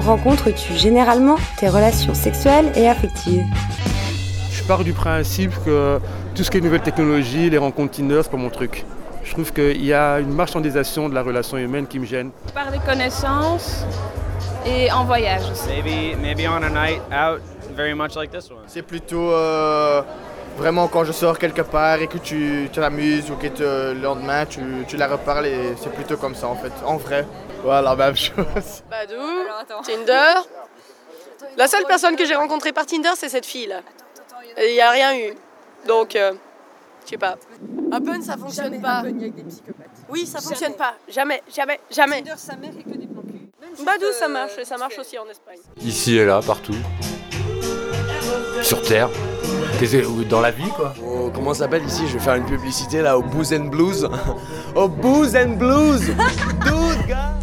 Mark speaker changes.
Speaker 1: rencontres-tu généralement tes relations sexuelles et affectives
Speaker 2: Je pars du principe que tout ce qui est nouvelles technologies, les rencontres Tinder, c'est pas mon truc. Je trouve qu'il y a une marchandisation de la relation humaine qui me gêne.
Speaker 3: Par des connaissances et en voyage aussi.
Speaker 4: Maybe, maybe on a night out, very much like this one.
Speaker 5: C'est plutôt euh, vraiment quand je sors quelque part et que tu tu t'amuses ou que tu- le lendemain tu, tu la reparles et c'est plutôt comme ça en fait, en vrai. Voilà, même chose.
Speaker 6: Badou, Bah, Tinder. La seule personne que j'ai rencontrée par Tinder, c'est cette fille-là. Il n'y a rien eu. Donc, euh, je sais pas. Open, ça fonctionne pas. Oui, ça fonctionne pas. Jamais, jamais, jamais. Badou, ça marche. et Ça marche aussi en Espagne.
Speaker 7: Ici et là, partout. Sur Terre. Qu'est-ce que- ou Dans la vie, quoi.
Speaker 8: Oh, comment ça s'appelle ici Je vais faire une publicité là au Booze and Blues. au Booze and Blues Dude, gars